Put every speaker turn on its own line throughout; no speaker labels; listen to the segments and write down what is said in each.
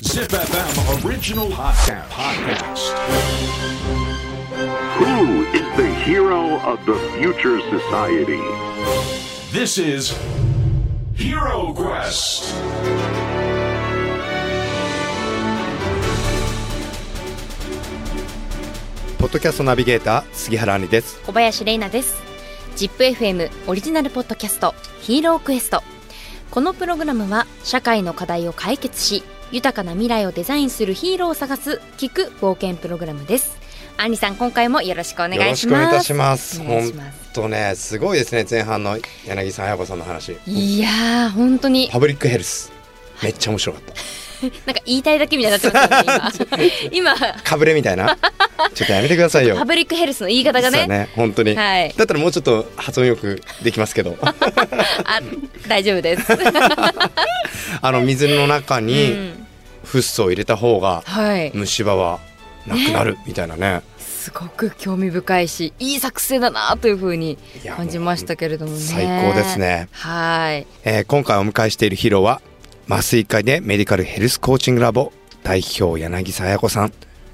ZipFM Original Podcast. Podcast.
Who is the hero of the future society?
This is Hero Quest.
ポッドキャストナビゲーター杉原兄です。
小林玲奈です。ZIPFM オリジナルポッドキャストヒーロークエスト。このプログラムは社会の課題を解決し、豊かな未来をデザインするヒーローを探す聞く冒険プログラムです。アンリさん、今回もよろしくお願
よろ
い
し
し
くお願い
ま
いた
す。
します。
お願い
本
します
当ね、すごいですね。前半の柳さん、早子さんの話。
いやー、本当に、
パブリックヘルス。めっちゃ面白かった。
なんか言いたいだけみたいになってますよね、今。今、
かぶれ みたいな。 ちょっとやめてくださいよ。
パブリックヘルスの言い方
そ
が
うだ
ね、
ね、本当に。
はい
だったらもうちょっと発音よくできますけ ど。
あ、大丈 夫です。
あの水の中
う
に
ん
フッ素を入れた方が
はい。
虫歯はなくなるみたいなね。
すごく興味深いし、いい作戦だなというふうに感じましたけれどもね。
最高ですね。
はい。
えー今回お迎えしているヒロは麻酔科医でメディカルヘルスコーチングラボ代表柳沢彩子さん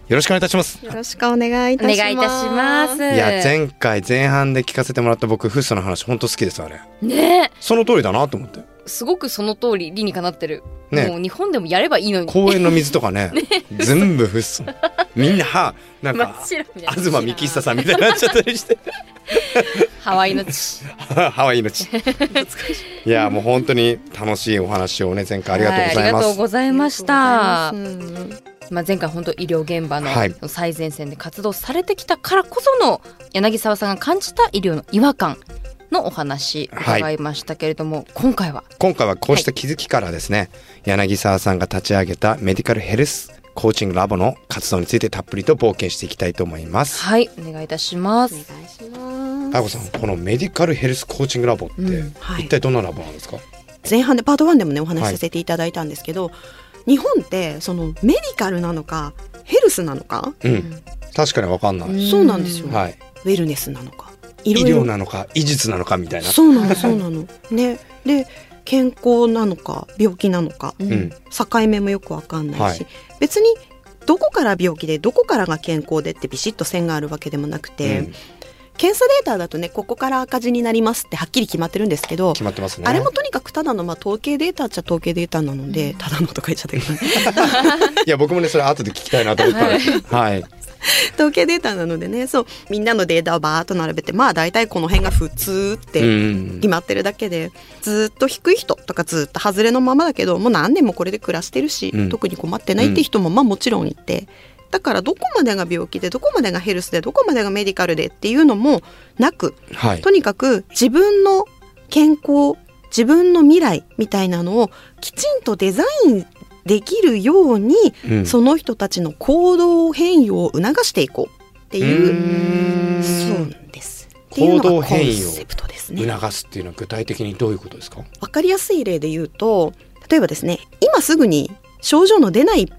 よろしくお願いいたします。
よろしくお願いい
お
たします。
願いいたします。
いや前回前半で聞かせてもらった僕フッ素の話本当好きですあれ
ね
その通りだなと思って
すごくその通り理にかなってる。
ね
もう日本でもやればいいのに。
公園の水とか ね全部フッ素みんな歯なんか
真っ白みたいな
東幹久さんみたいになっちゃったりして
ハワイの地。
ハワイ 命いやもう本当に楽しいお話をね前 回ありがとうござい
はありが
ま
とう
す、
ございまし
あ
た。
りがとうございます。
まあ前回本当医療現場の
はい
最前線で活動されてきたからこその柳沢さんが感じた医療の違和感のお話
はい
伺いましたけれども、今回は
今回はこうした気づきからですね、柳沢さんが立ち上げたメディカルヘルスコーチングラボの活動についてたっぷりと冒険していきたいと思います。
はいお願いいたします。
お願いします。
あやこさん、このメディカルヘルスコーチングラボって、
うん
はい
一体どんなラボなんですか、
前半でパート1でもねお話
は
し
い
させていただいたんですけど、日本ってそのメディカルなのかヘルスなのか、
うん、確かにわかんない、
そうなんですよ。
はい。
ウェルネスなのか、い
医
ろいろ
療なのか、医術なのかみたいな。
そうなのそうなのねで健康なのか病気なのか
う
うんん、
境目もよくわかんないし、
は
別にどこから病気でどこからが健康でってビシッと線があるわけでもなくて、
うん
検査データだとねここから赤字になりますってはっきり決まってるんですけど
決まってますね。
あれもとにかくただの、まあ、統計データっちゃ統計データなので、ただのとか言っちゃったけどね
いや、僕もね、それ後で聞きたいなと思ったんで。はい。
統計データなのでねそうみんなのデータをバーッと並べてまあ大体この辺が普通って
ん
決まってるだけで、ずっと低い人とかずっと外れのままだけどもう何年もこれで暮らしてるし、
うん
特に困ってないって人もまあもちろんいて。だからどこまでが病気でどこまでがヘルスでどこまでがメディカルでっていうのもなく
はい
と。にかく自分の健康自分の未来みたいなのをきちんとデザインできるように、
うん
その人たちの行動変容を促していこうっていうそうなんです。っていうのが
行動変容
コンセプトですね。
促すっていうのは具体的にどういうことですか。
わかりやすい例で言うと例えばですね今すぐに症状の出ない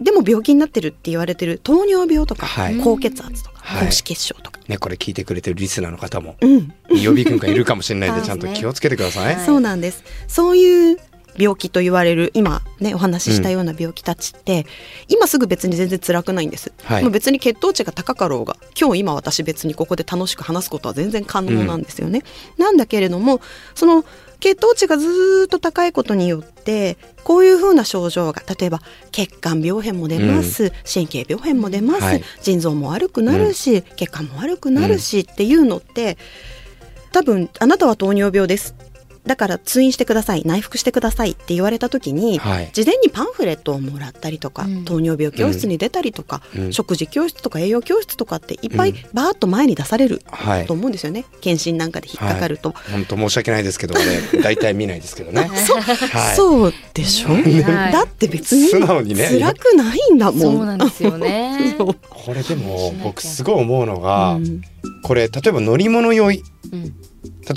でも病気になってるって言われてる糖尿病とか、
はい
高血圧とか
はい
高脂血症とか、
ね、これ聞いてくれてるリスナーの方も、
うん
予備軍がいるかもしれないん で、ちゃんと
そうですね
気をつけてください。
はい
そうなんです。そういう病気と言われる今ねお話ししたような病気たちって、今すぐ別に全然辛くないんです、
はい
もう別に血糖値が高かろうが今日今私別にここで楽しく話すことは全然可能なんですよね、なんだけれどもその血糖値がずーっと高いことによってこういうふうな症状が例えば血管病変も出ます、神経病変も出ます、
はい
腎臓も悪くなるし、血管も悪くなるしっていうのって多分あなたは糖尿病ですだから通院してください内服してくださいって言われた時に、
はい
事前にパンフレットをもらったりとか、
うん
糖尿病教室に出たりとか、
うん
食事教室とか栄養教室とかっていっぱ
うん
いバーッと前に出される
はい
と思うんですよね、検診なんかで引っかかると。
本当申し訳ないですけど、俺、大体見ないですけどね。
そう
はい
そうでしょ、
はい
だって別に
素直にね
辛くないんだもん。
そうなんですよね
そう
これでも
しなきゃ
僕すごい思うのが、
うん
これ例えば乗り物酔い
うん
例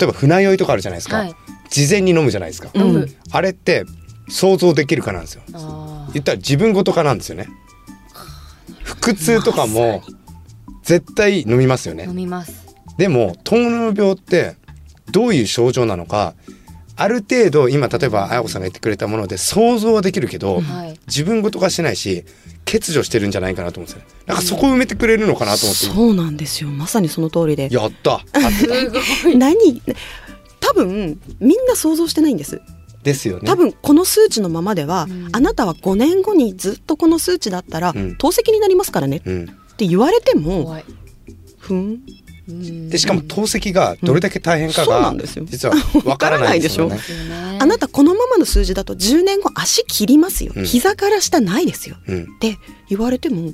えば船酔いとかあるじゃないですか、
はい
事前に飲むじゃないですか、
うん
飲む
あれって想像できるかなんですよ
あー
言ったら自分ごとかなんですよね腹痛とかも絶対飲みますよね
飲みます
でも糖尿病ってどういう症状なのかある程度今例えば綾子さんが言ってくれたもので想像はできるけど、
はい
自分事化してないし欠如してるんじゃないかなと思うんですよねなんかそこを埋めてくれるのかなと思って、
そうなんですよまさにその通りで
やった あ
何多分みんな想像してないんです
ですよね
多分この数値のままでは、あなたは5年後にずっとこの数値だったら、
うん
透析になりますからねっ
うん
て言われても、
怖い
ふん
うん
でしかも透析がどれだけ大変か
うんそう
が、
なんですよ
実はわからないんですよね
わ
ですよね
あなたこのままの数字だと10年後足切りますよ、
うん
膝から下ないですよ、
うん
って言われても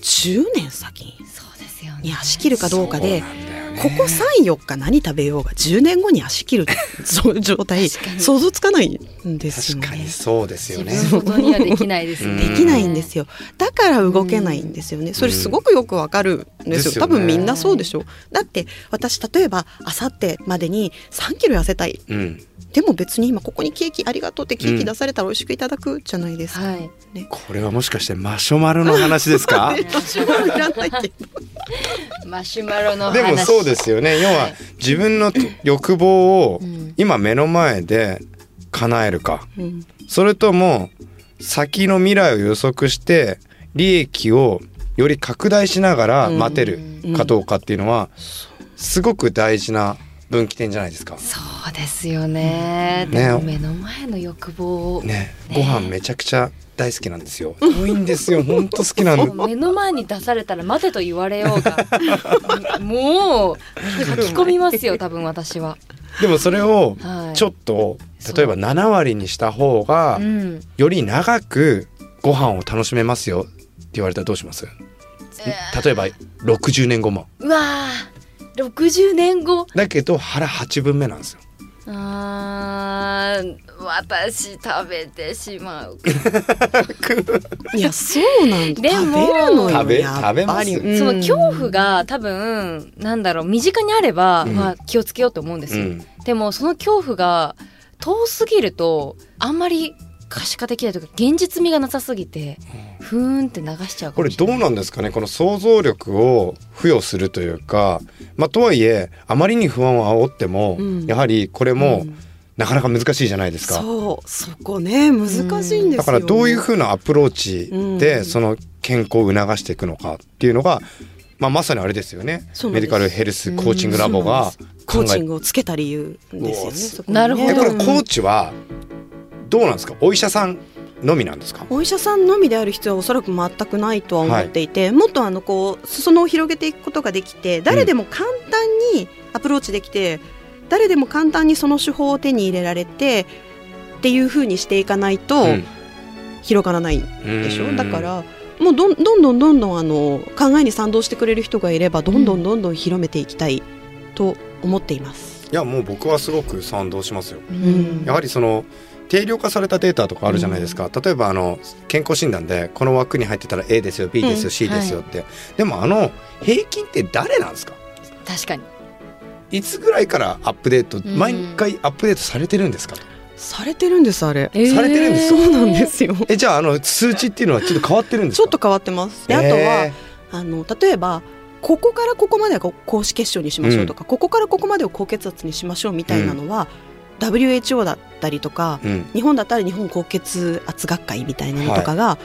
10年先
そうですよね
に足切るかどうかで、
そうなんだよね
ここ34日何食べようが10年後に足 切るそういう状態
確かに
想像つかないんですよ
確か
ね
に。そうですよね
自分ことにはできないですね
うん
できないんですよだから動けないんですよねそれすごくよくわかるんですよ
ですよね
多分みんなそうでしょだって私例えばあさってまでに3キロ痩せたい
うん
でも別に今ここにケーキありがとうってケーキ出されたら美味しくいただくじゃないですか、
はい
これはもしかしてマシュマロの話です か
マシュマロいらないって
マシュマロの話
でもそうですよね要は自分の欲望を
うん
今目の前で叶えるか
うん
それとも先の未来を予測して利益をより拡大しながら待てるかどうかっていうのはすごく大事な分岐点じゃないですか。
そうですよね。
ね
でも目の前の欲望を、
ねご飯めちゃくちゃ大好きなんですよ。多いんですよほんと好きなん
も
で
う目の前に出されたら待てと言われようが、 もう書き込みますよ多分私は。
でもそれを
はい
ちょっと例えば7割にした方が
うん。
より長くご飯を楽しめますよって言われたらどうします例えば60年後も
うわー、六十年後。
だけど腹8分目なんですよ
あー私食べてしまう。
いやそうなんだ
でも
食べるのよ
食べ
やっぱり
食べます
うん
その恐怖が多分なんだろう身近にあれば、
ん
まあ気をつけようと思うんですよ、
うん
でもその恐怖が遠すぎるとあんまり可視化できないというか現実味がなさすぎてふーんって流しちゃうか
こ
も
れ
しれ
ど
な
う
い
なんですかねこの想像力を付与するというかまあとはいえあまりに不安を煽っても、
うん
やはりこれもなかなか難しいじゃないですか、
そうそこね難しいんですよ、ね、
だからどういうふうなアプローチ
う
で
ん
その健康を促していくのかっていうのが、まあ、まさにあれですよね
そうな
メ
んです
ディカルヘルスコーチングラボが
コ
考
ーチ
え
ングをつけた理由ですよ
う
ね
お
そこね
なるほ
え
ど
これコーチはどうなんですかお医者さんのみなんですか
お医者さんのみである必要はおそらく全くないとは思っていて、もっとあのこう裾野を広げていくことができて誰でも簡単にアプローチできて、誰でも簡単にその手法を手に入れられてっていうふうにしていかないと広がらないでしょ、だからもうどんどんどんどんどんあの考えに賛同してくれる人がいればどんどんどんどん広めていきたいと思っています。
いやもう僕はすごく賛同しますよ
う
うん
やはりその定量化されたデータとかあるじゃないですか、例えばあの健康診断でこの枠に入ってたら A ですよ B ですよ、
うん
C ですよって、でもあの平均って誰なんですか
確かに
いつぐらいからアップデート、
ん
毎回アップデートされてるんですか
されてるんですあれ。
されてるんですか
そうなんですよ。
えじゃああの数値っていうのはちょっと変わってるんです
ちょ
か
っと変わってます。であとは、
え
あの例えばここからここまではこ高脂血症にしましょうとか、ここからここまでを高血圧にしましょうみたいなのは、WHO だったりとか
ーうん
日本だったら日本高血圧学会みたいなのとかが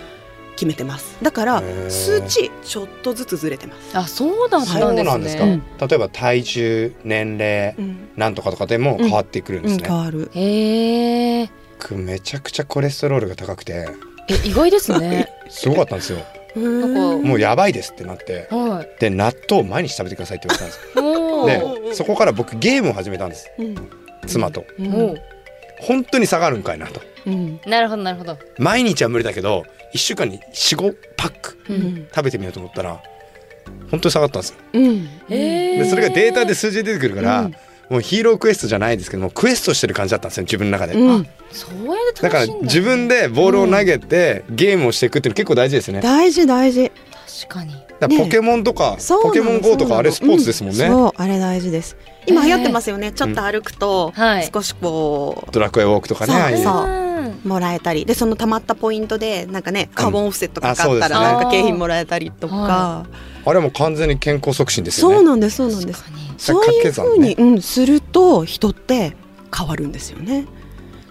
決めてます、だか
へー
ら数値ちょっとずつずれてます、
あそうだったんですね
そうなんですか、
う
例えば体重年齢
うん
なんとかとかでも変わってくるんで
う
す
ん、
ね
変、わる
へー
僕めちゃくちゃコレステロールが高くて
え意外です ね
すごかったんですよ
なん
か
もうやばいですってなって
はい
で納豆を毎日食べてくださいって言われたんです
おー
おう
でそこから僕ゲームを始めたんです
うん
妻と
う
お
ん
ー
本当に下があるんかいなと
うん
なるほどなるほど
毎日は無理だけど1週間に45パック
うん
食べてみようと思ったら本当に下がったんですよ
うん
へー
でそれがデータで数字で出てくるから、もうヒーロークエストじゃないですけどもクエストしてる感じだったんですよ自分の中で、
うん
そうやって
だ
楽
から
しんだ
自分でボールを投げてゲームをしていくっていうの結構大事ですよねだか
大事大事
確かに
らポケモンとか、
そうなの
ポケモン GO と
そうな
か
の
あれスポーツですもんね、
うそうあれ大事です今流行ってますよね、ちょっと歩くと、
はい
少しこう
ドラクエウォークとかね
そう
ああいう
そう
うん
もらえたりでそのたまったポイントでなんかねカーボンオフセットが
あそ
買
うで
った
すね
らなんか景品もらえたりとか、
あれはもう完全に健康促進ですよね
そうなんですそうなんです
確かに
そういうふうに、うん、すると人って変わるんですよね。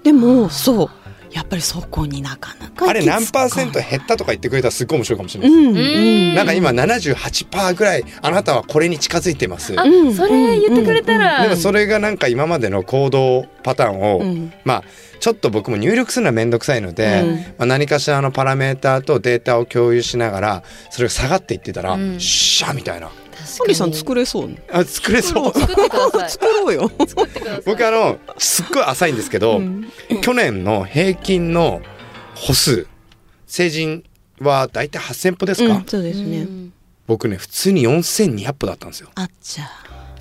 でもそうやっぱりそこになかなか
あれ何パーセント
行
減ったとか言ってくれたらすっごい面白いかもしれ
き着か
ない
な
です、
いうんうん
なんか今78%ぐらいあなたはこれに近づいてます
あ、
で
うん
それ言ってくれたら、
もそれがなんか今までの行動パターンを、
うん
まあちょっと僕も入力するのは面倒くさいので、
うん
まあ、何かしらのパラメーターとデータを共有しながらそれが下がっていってたら、
うん
シャーみたいな
サリーさん作
る
れそう
あ作れそう
作ってください
作ろうよ。
作ってください
僕あのすっごい浅いんですけど、
うん
去年の平均の歩数成人は大体8,000歩ですか、
うんそうですね。
うん
僕ね普通に4,200歩だったんですよ。
あっちゃ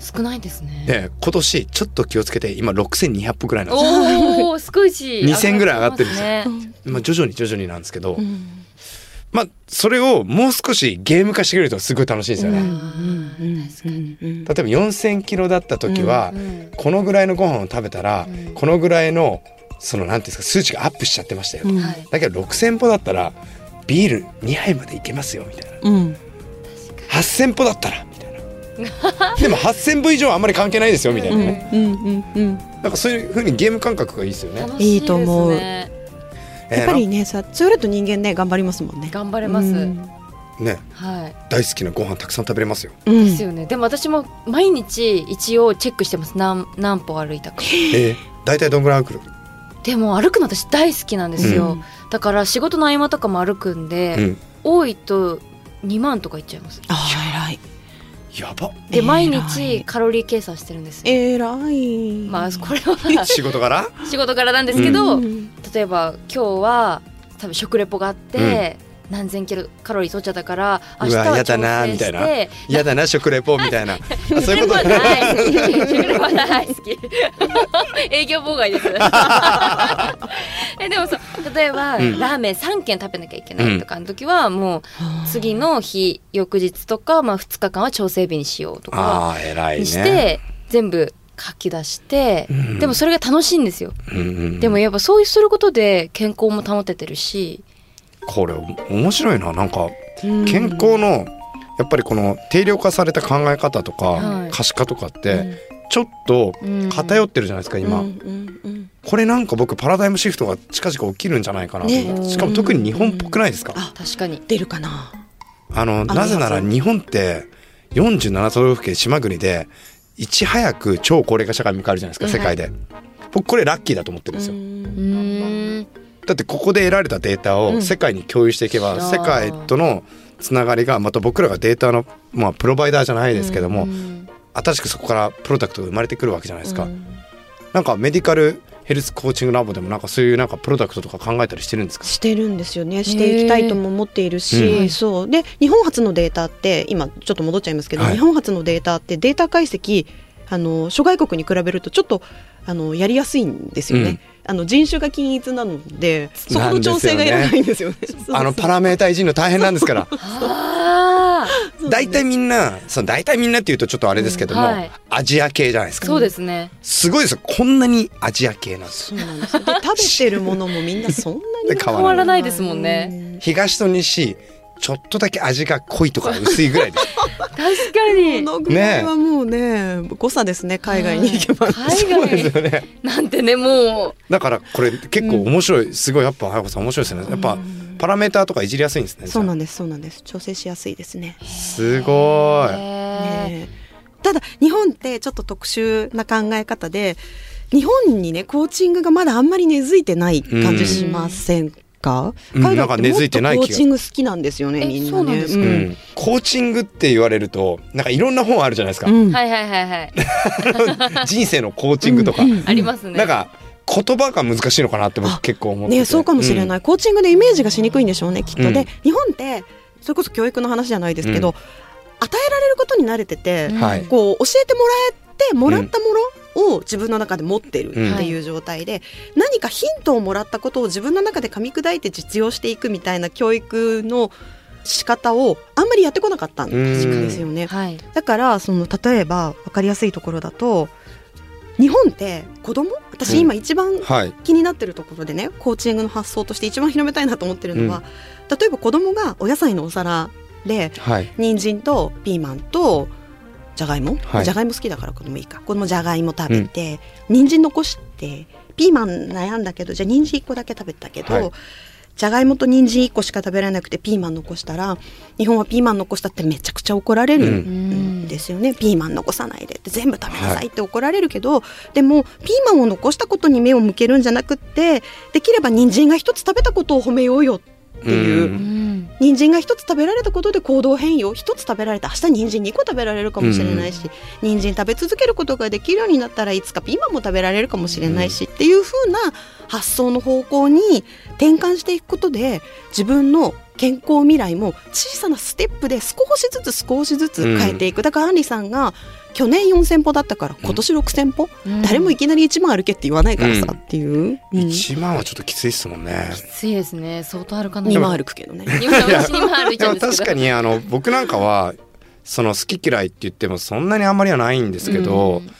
少ないですね
で今年ちょっと気をつけて今6,200歩ぐらいなんですよ。
おお少し
2000ぐらい上がってるんですよ
上がってますね
まあ、徐々に徐々になんですけど、
うん
まあそれをもう少しゲーム化してくれるとすごい楽しいですよね。
うん
うんうんうん
例えば4,000キロだった時は、
うん
このぐらいのご飯を食べたら、
うん
このぐらいのそのなんていうんですか数値がアップしちゃってましたよ。
うん
はい
だけど6,000歩だったらビール2杯までいけますよみたいな。
うん
8,000歩だったらみたいな。 でも8,000歩以上はあんまり関係ないですよみたいなね。
うんうんうん
なんかそういう風にゲーム感覚がいいですよね。
楽しいですね
いいと思う
え
やっぱりねさそうやると人間ね頑張りますもんね。
頑張れます、
うん
ーなね
はい
大好きなご飯たくさん食べれますよ。
うん
ですよねでも私も毎日一応チェックしてます何何歩歩いたか
えー、大体どんぐらい歩く？
でも歩くの私大好きなんですよ、だから仕事の合間とかも歩くんで、
うん。
多いと2万とかいっちゃいます
ああ偉い。
やば。
で
偉い
毎日カロリー計算してるんですよ
偉い。
まあこれは
仕事柄？
仕事柄なんですけど、
うん
例えば今日は多分食レポがあって、何千キロカロリー取っちゃったから明日
うわ
は
やだ
調
な
整して
みた嫌だな食レポみたいな。 あそういう
食レ
こ
ポは
と。
ない食レポはない好き 営業妨害ですえでもそう例えば、
うん
ラーメン3軒食べなきゃいけないとかの時はもう次の日翌日とか、まあ、2日間は調整日にしようとか
ああ偉い
にして、
ね。
全部書き出して、
ん
でもそれが楽しいんですよ、
うんうん
でもやっぱそうすることで健康も保ててるし
これ面白いななんか健康のやっぱりこの定量化された考え方と
は
か
い
可視化とかってちょっと偏ってるじゃないですか今、
うんうんうん
これなんか僕パラダイムシフトが近々起きるんじゃないかなと思って、
ね
しかも特に日本っぽくないですか、
あ
確かに
出るかな。
あのなぜなら日本って47都道府県島国でいち早く超高齢化社会を迎えるじゃないですか、世界で僕これラッキーだと思ってるんですよ、
うーん
だってここで得られたデータを世界に共有していけば、
うん
世界とのつながりがまた僕らがデータの、まあ、プロバイダーじゃないですけども、
うん
新しくそこからプロダクトが生まれてくるわけじゃないですか、なんかメディカルヘルスコーチングラボでもなんかそういうなんかプロダクトとか考えたりしてるんですか
してるんですよねしていきたいとも思っているし、
う
そうで日本初のデータって今ちょっと戻っちゃいますけど、
はい
日本初のデータってデータ解析あの諸外国に比べるとちょっとあのやりやすいんですよね、
うん
あの人種が均一なのでそこ
なん
の
ですよね
調整がいらないんです よね。そう
あの
そ
パラメータ維持の大変なんですから
ああ
う
大体みんなその大体みんなっていうとちょっとあれですけども、
はい
アジア系じゃないですか
そうですね
すごいですよこんなにアジア系なんですよ
そうなんですよで食べてるものもみんなそんな に
変
変わらないですもんね
東と西ちょっとだけ味が濃いとか薄いぐらいです
確か
こ
に
のぐらいはもうね誤差ですね海外に行けば、
海
そうですよ
外
ね
なんてねも
だからこれ結構面白い、すごいやっぱ早子さん面白いですねやっぱパラメーターとかいじりやすいんですね
そうなんんですそうなんです調整しやすいですね
すご
う
い
ね
ねえただ日本ってちょっと特殊な考え方で日本にねコーチングがまだあんまり根付いてない感じしませんか、
うん
海
うんなんか
外って
根
も
付
っ
いて
とコ
ない気が
ーチング好きなんですよね
え
みん
そ
な
うなん
ね
です
う
か
ん、コーチングって言われるとなんかいろんな本あるじゃないです か、
うん
はいはいはいはい
人生のコーチングとか、
ありますね
なんか言葉が難しいのかなって僕結構思ってて
ねそうかもしれない、コーチングでイメージがしにくいんでしょうねきっと、
うん
で日本ってそれこそ教育の話じゃないですけど、与えられることに慣れてて
う、んはい
こう教えてもらえてもらったものを自分の中で持ってるっていう状態で、何かヒントをもらったことを自分の中で噛み砕いて実用していくみたいな教育の仕方をあんまりやってこなかったんですよね。
はい
だからその例えば分かりやすいところだと日本って子供私今一番
はい
気になってるところでねコーチングの発想として一番広めたいなと思ってるのは、例えば子供がお野菜のお皿で
はい
人参とピーマンとじゃがいも、
はい
じゃがいも好きだからこれもいいかこれもじゃがいも食べて、人参残してピーマン悩んだけどじゃあ人参1個だけ食べたけど、
はい
じゃがいもと人参1個しか食べられなくてピーマン残したら日本はピーマン残したってめちゃくちゃ怒られるんですよね、ピーマン残さないでって全部食べなさいって怒られるけど、でもピーマンを残したことに目を向けるんじゃなくってできれば人参が一つ食べたことを褒めようよっていう。
うん
うん
人参が一つ食べられたことで行動変容一つ食べられた明日人参2個食べられるかもしれないし、人参食べ続けることができるようになったらいつかピーマンも食べられるかもしれないし、っていう風な発想の方向に転換していくことで自分の健康未来も小さなステップで少しずつ少しずつ変えていく、だからアンリさんが去年4,000歩だったから今年6,000歩、
うん
誰もいきなり1万歩けって言わないからさ、
うん
っていう、うん、2
1万はちょっときついっすもんね。
ついですね相当歩かない
万歩くけどね。
今私にも歩いち
で
ゃう
も
んで
確
すけど
かにあ の僕なんかはその好き嫌いって言ってもそんなにあんまりはないんですけど、
うん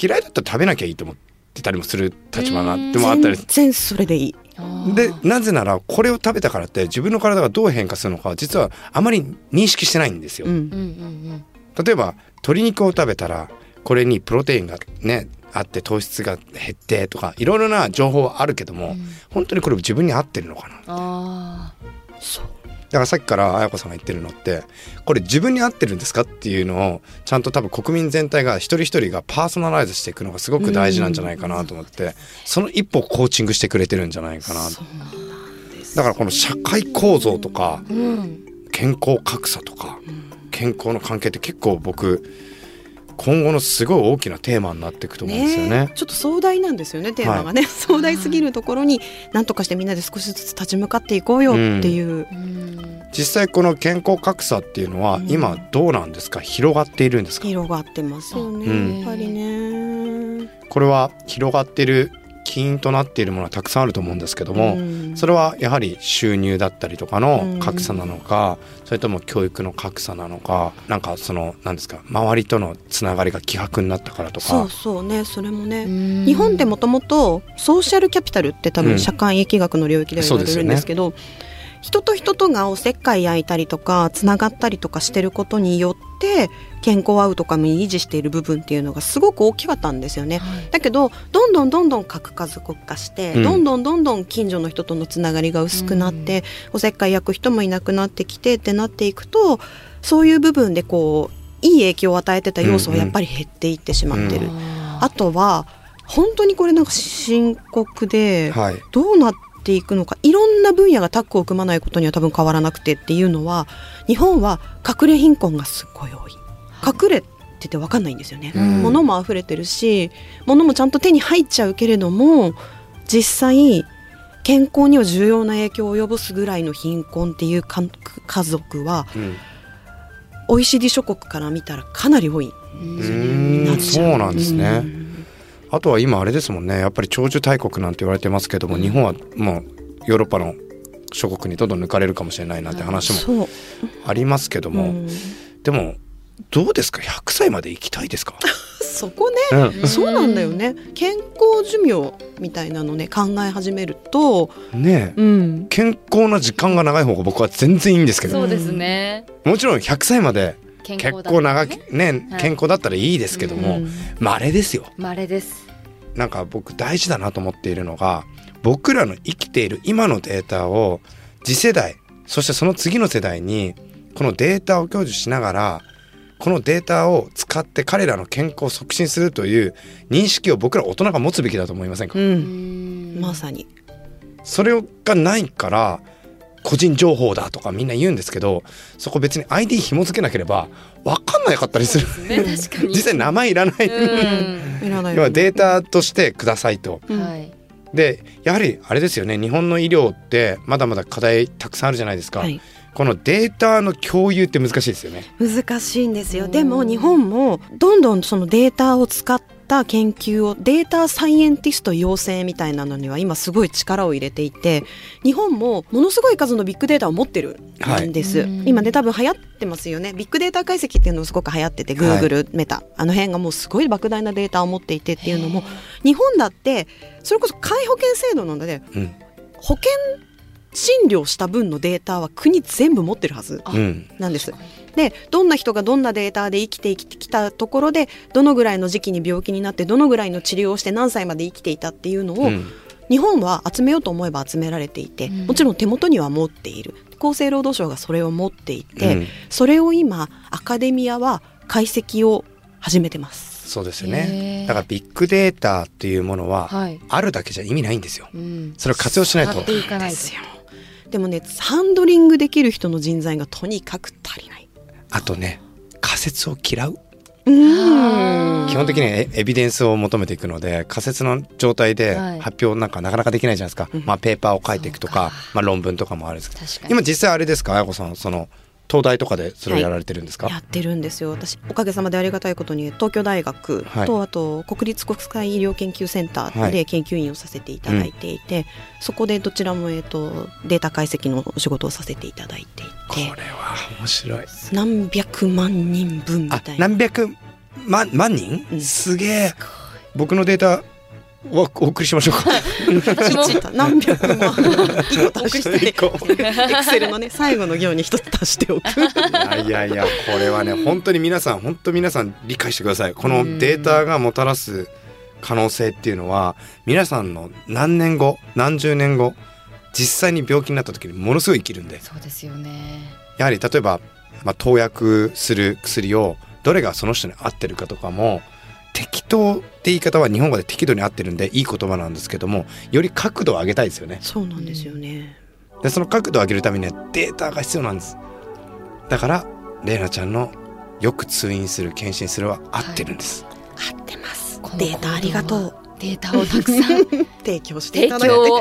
嫌いだったら食べなきゃいいと思ってたりもする立場がでもあったり
全然それでいい
あー
でなぜならこれを食べたからって自分の体がどう変化するのかは実はあまり認識してないんですよ。
うん
うんうん
例えば鶏肉を食べたらこれにプロテインがねあって糖質が減ってとかいろいろな情報はあるけども、本当にこれ自分に合ってるのかな
うんあ
だからさっきから彩子さんが言ってるのってこれ自分に合ってるんですかっていうのをちゃんと多分国民全体が一人一人がパーソナライズしていくのがすごく大事なんじゃないかなと思って、その一歩をコーチングしてくれてるんじゃないかなだからこの社会構造とか
ーうん
健康格差とか健康の関係って結構僕今後のすごい大きなテーマになっていくと思うんですよね。
ちょっと壮大なんですよねテーマが ね、壮大すぎるところに何とかしてみんなで少しずつ立ち向かっていこうよっていう、
うん
実際この健康格差っていうのは今どうなんですか広がっているんですか
広がってますよね、
うん
やっぱりね。
これは広がってる起因となっているものはたくさんあると思うんですけども、
うん
それはやはり収入だったりとかの格差
うん
なのか、それとも教育の格差なのかなんかその何ですか周りとのつながりが希薄になったからと
そ
か
うそうねそれもね、
うん
日本でもともとソーシャルキャピタルって多
うん
分社会疫学の領域では言われるんですけど、人と人とがおせっかい焼いたりとかつながったりとかしてることによって健康アウトカムに維持している部分っていうのがすごく大きかったんですよね。
はい
だけどどんどんどんどん核家族化して、
うん
どんどんどんどん近所の人とのつながりが薄くなって、おせっかい焼く人もいなくなってきてってなっていくとそういう部分でこういい影響を与えてた要素はやっぱり減っていってしまってる。あ
あ
とは本当にこれなんか深刻で、
はい
どうなっていくのかいろんな分野がタッグを組まないことには多分変わらなくてっていうのは日本は隠れ貧困がすごい多い隠れてて分かんないんですよね、
うん
物も溢れてるし物もちゃんと手に入っちゃうけれども実際健康には重要な影響を及ぼすぐらいの貧困っていうか家族は
うん、
OECD 諸国から見たらかなり多い
うん
なっち
そ
ゃう
うなんですね、
うん
あとは今あれですもんねやっぱり長寿大国なんて言われてますけども日本はもうヨーロッパの諸国にどんどん抜かれるかもしれないなんて話も
そう
ありますけども、
うん
でもどうですか100歳まで生きたいですか、
そこねそうなんだよね健康寿命みたいなのね考え始めると、
ねえ
うん、
健康な時間が長い方が僕は全然いいんですけど
そうですね
もちろん100歳まで
健
結
だった
構
ら
長
ね
きね
はい
健康だったらいいですけども、
うん
まれですよ
稀です
なんか僕大事だなと思っているのが僕らの生きている今のデータを次世代そしてその次の世代にこのデータを享受しながらこのデータを使って彼らの健康を促進するという認識を僕ら大人が持つべきだと思いませんか、
ま
まさに
それがないから個人情報だとかみんな言うんですけどそこ別に ID 紐付けなければ分かんなかったりする
ね確かに
実際名前いらない、
いらない
要
よ
は
ね
データとしてくださいと。
う
うんん
はい
でやはりあれですよね日本の医療ってまだまだ課題たくさんあるじゃないですか、
はい
このデータの共有って難しいですよね。
難しいんです
う
よ
ん
でも日本もどんどんそのデータを使った研究をデータサイエンティスト養成みたいなのには今すごい力を入れていて日本もものすごい数のビッグデータを持ってるんです、
はいうん
今ね多分流行ってますよねビッグデータ解析っていうのもすごく流行ってて Google、メタあの辺がもうすごい莫大なデータを持っていてっていうのも日本だってそれこそ皆保険制度なので
うん
保険診療した分のデータは国全部持ってるはず
あ
うん
なんです。でどんな人がどんなデータで生きて生きてきたところでどのぐらいの時期に病気になってどのぐらいの治療をして何歳まで生きていたっていうのを、
うん
日本は集めようと思えば集められていて、
うん
もちろん手元には持っている厚生労働省がそれを持っていて、
うん
それを今アカデミアは解析を始めてます。
そうですよ
へ
ね
ー
だからビッグデータっていうものは
はい。
あるだけじゃ意味ないんですよ
うん。
それを活用しないと
使っていかない
で
と。
すよでもねハンドリングできる人の人材がとにかく足りない。
あとね仮説を嫌う
あー
基本的にはエエビデンスを求めていくので仮説の状態で
はい
発表なんかなかなかできないじゃないですか、
ん
まあ、ペーパーを書いていくとか
そ
まあ、
う
論文とかもあるんですけど
確かに。
今実際あれですか綾子さんその東大とかでそれをやられてるんですか、
やってるんですよ私おかげさまでありがたいことに東京大学
はい
と、あと国立国際医療研究センタ
は
ー
い
で研究員をさせていただいていて、そこでどちらも、えっとデータ解析のお仕事をさせていただいてい
これは面白い
て何百万人分み
あ
たいな。
何百万万人、
うん
すげえ僕のデータをお送りしましょうか
私も
一だ何百万一個足してエ
一個
クセルのね最後の行に一つ 足しておく
いやいやいやこれはね本当に皆さん本当皆さん理解してくださいこのデータがもたらす可能性っていうのは皆さんの何年後何十年後実際に病気になった時にものすごい生きるんで
そうですよね。
やはり例えば、まあ、投薬する薬をどれがその人に合ってるかとかも適当って言い方は日本語で適度に合ってるんでいい言葉なんですけどもより角度を上げたいですよね
そうなんですよね
でその角度を上げるためにはデータが必要なんですだからレイナちゃんのよく通院する検診するは合ってるんです、
合ってます
この
データありがとう
データをたくさん
提供して
提
いただいて
供を。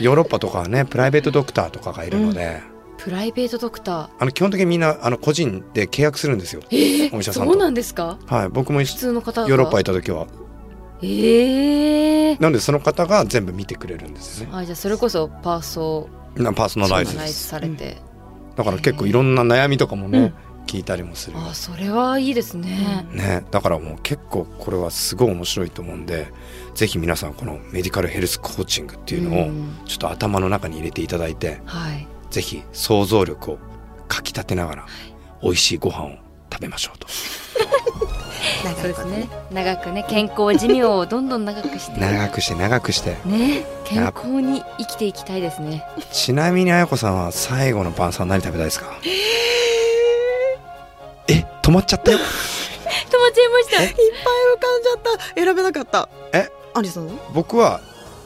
ヨーロッパとかはねプライベートドクターとかがいるので、
プライベートドクタ
あの基本的にみんなあの個人で契約するんですよ、
ー。
お医者さんと
そうなんですか。
はい僕も一
普
緒
通の方が。
ヨーロッパ行った時は
ええ
なのでその方が全部見てくれるんですよね
あじゃあそれこそパーソ
なパーソナライ
ナ
ズで
ライズ
す
されて、
だから結構いろんな悩みとかもね、
うん
聞いたりもする
あそれはいいですね、
ねだからもう結構これはすごい面白いと思うんでぜひ皆さんこのメディカルヘルスコーチングっていうのを
ん
ちょっと頭の中に入れていただいて
はい
ぜひ想像力をかきたてながら美味しいご飯を食べましょうと
そうです ね長くね健康寿命をどんどん長くして
長くして長くして
ね健康に生きていきたいですね
ちなみにあやこさんは最後の晩餐何食べたいですかえ止まっちゃったよ
止まっちゃいました
いっぱい浮かんじゃった選べなかった
え
アリさんは
僕は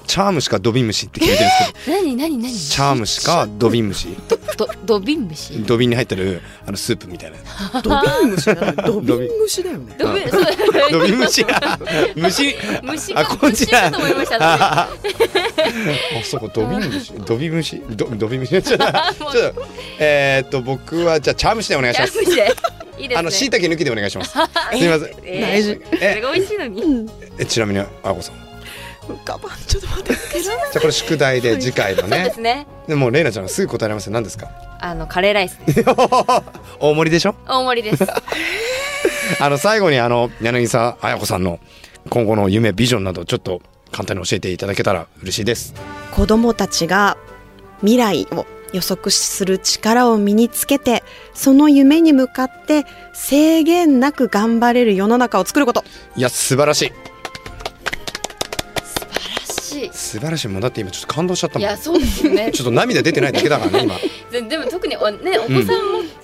チャームしかドビムシって聞いてるんですけど、
何何何
チャームしかドビムシ
どどびん飯
ドビに入ってるあのスープみたいなやつ
ドビン虫だよねドビン虫だよね
どびんそう
ドビムシが虫
虫
あ
が
こっち
虫
だ
だと思いました
あそこドビムシドビムシドドビム シちょっと
もう
ちょっとえーっと僕はじゃあチャームシでお願いし
チャ
ま
ー
す
ムでいいですね
あの椎茸抜きでお願いしますすみません
えー
大丈夫
それ
え
が美味しいのに
えちなみにあこさんじ
浮かばんちょっと待って
ゃあこれ宿題で次回の
そうで
ね
すね
でもうレイナちゃんがすぐ答えられますよ何です か
あのカレーライス
大盛りでしょ
大盛りです
あの最後にあの柳沢彩子さんの今後の夢ビジョンなどちょっと簡単に教えていただけたら嬉しいです
子どもたちが未来を予測する力を身につけてその夢に向かって制限なく頑張れる世の中を作ること
いや素晴らしい
しい
素晴らしいもうだって今ちょっと感動しちゃった
い
もん
やそうですよね
ちょっと涙出てないだけだからね 今も
ででも特にお,、ね、お子さんも、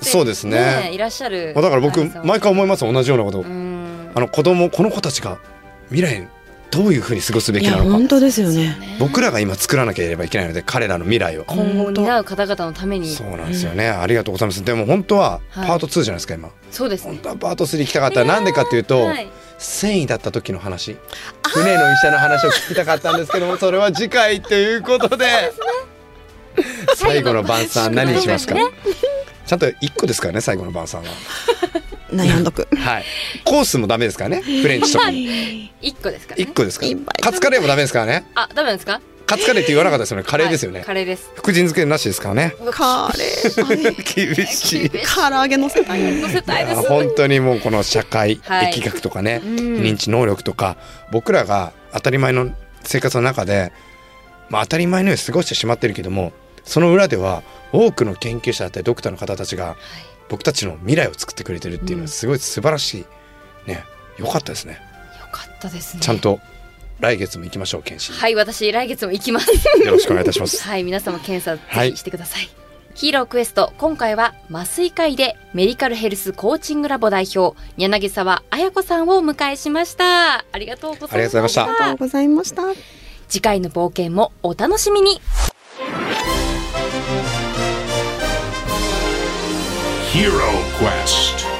そうですね
いらっしゃる
うだから僕
あれさん
毎回思います同じようなこと
うん
あの子供この子たちが未来どういうふうに過ごすべ
い
き
や
なの
本
か
当ですよね
僕らが今作らなければいけないので彼らの未来を
今後担う方々のために
そ
そう
うなんですよね、ありがとうございますでも本当は
はい
パート2じゃないですか今
です
本
ね
当はパート3行きたかったなんでかっていうと、
はい
繊維だった時の話船の医者の話を聞きたかったんですけどもそれは次回ということで最後の晩餐何にしますか、
ね
ちゃんと1個ですからね最後の晩餐は
悩んど く
はいコースもダメですからねフレンチとかも
一個ですから、ね
1、個ですから
いっぱい食べた
カツカレーもダメですからね
あダメなんですか
カツカレーって言わなかったですよねカ
カ
レーですよね、
カレーです
福神漬けなしですからね
カレーあれ
厳しい
唐揚げのせたい
乗せたい
い
で
や
す
本当にもうこの社会、
はい
疫学とかね、
うん
認知能力とか僕らが当たり前の生活の中で、まあ、当たり前のように過ごしてしまってるけどもその裏では多くの研究者だったりドクターの方たちが僕たちの未来を作ってくれてるっていうのはすごい素晴らしいね良かったですね
よかったですね
ちゃんと来月も行きましょう検診
はい私来月も行きます
よろしくお願いいたします
はい皆様検査
は
ぜ
い
ひしてください、ヒーロークエスト今回は麻酔科医でメディカルヘルスコーチングラボ代表柳沢彩子さんをお迎えしましたありがとうご
あ
ざいました
りがとうございま
ありがとうございました。
次回の冒険もお楽しみに
Hero Quest.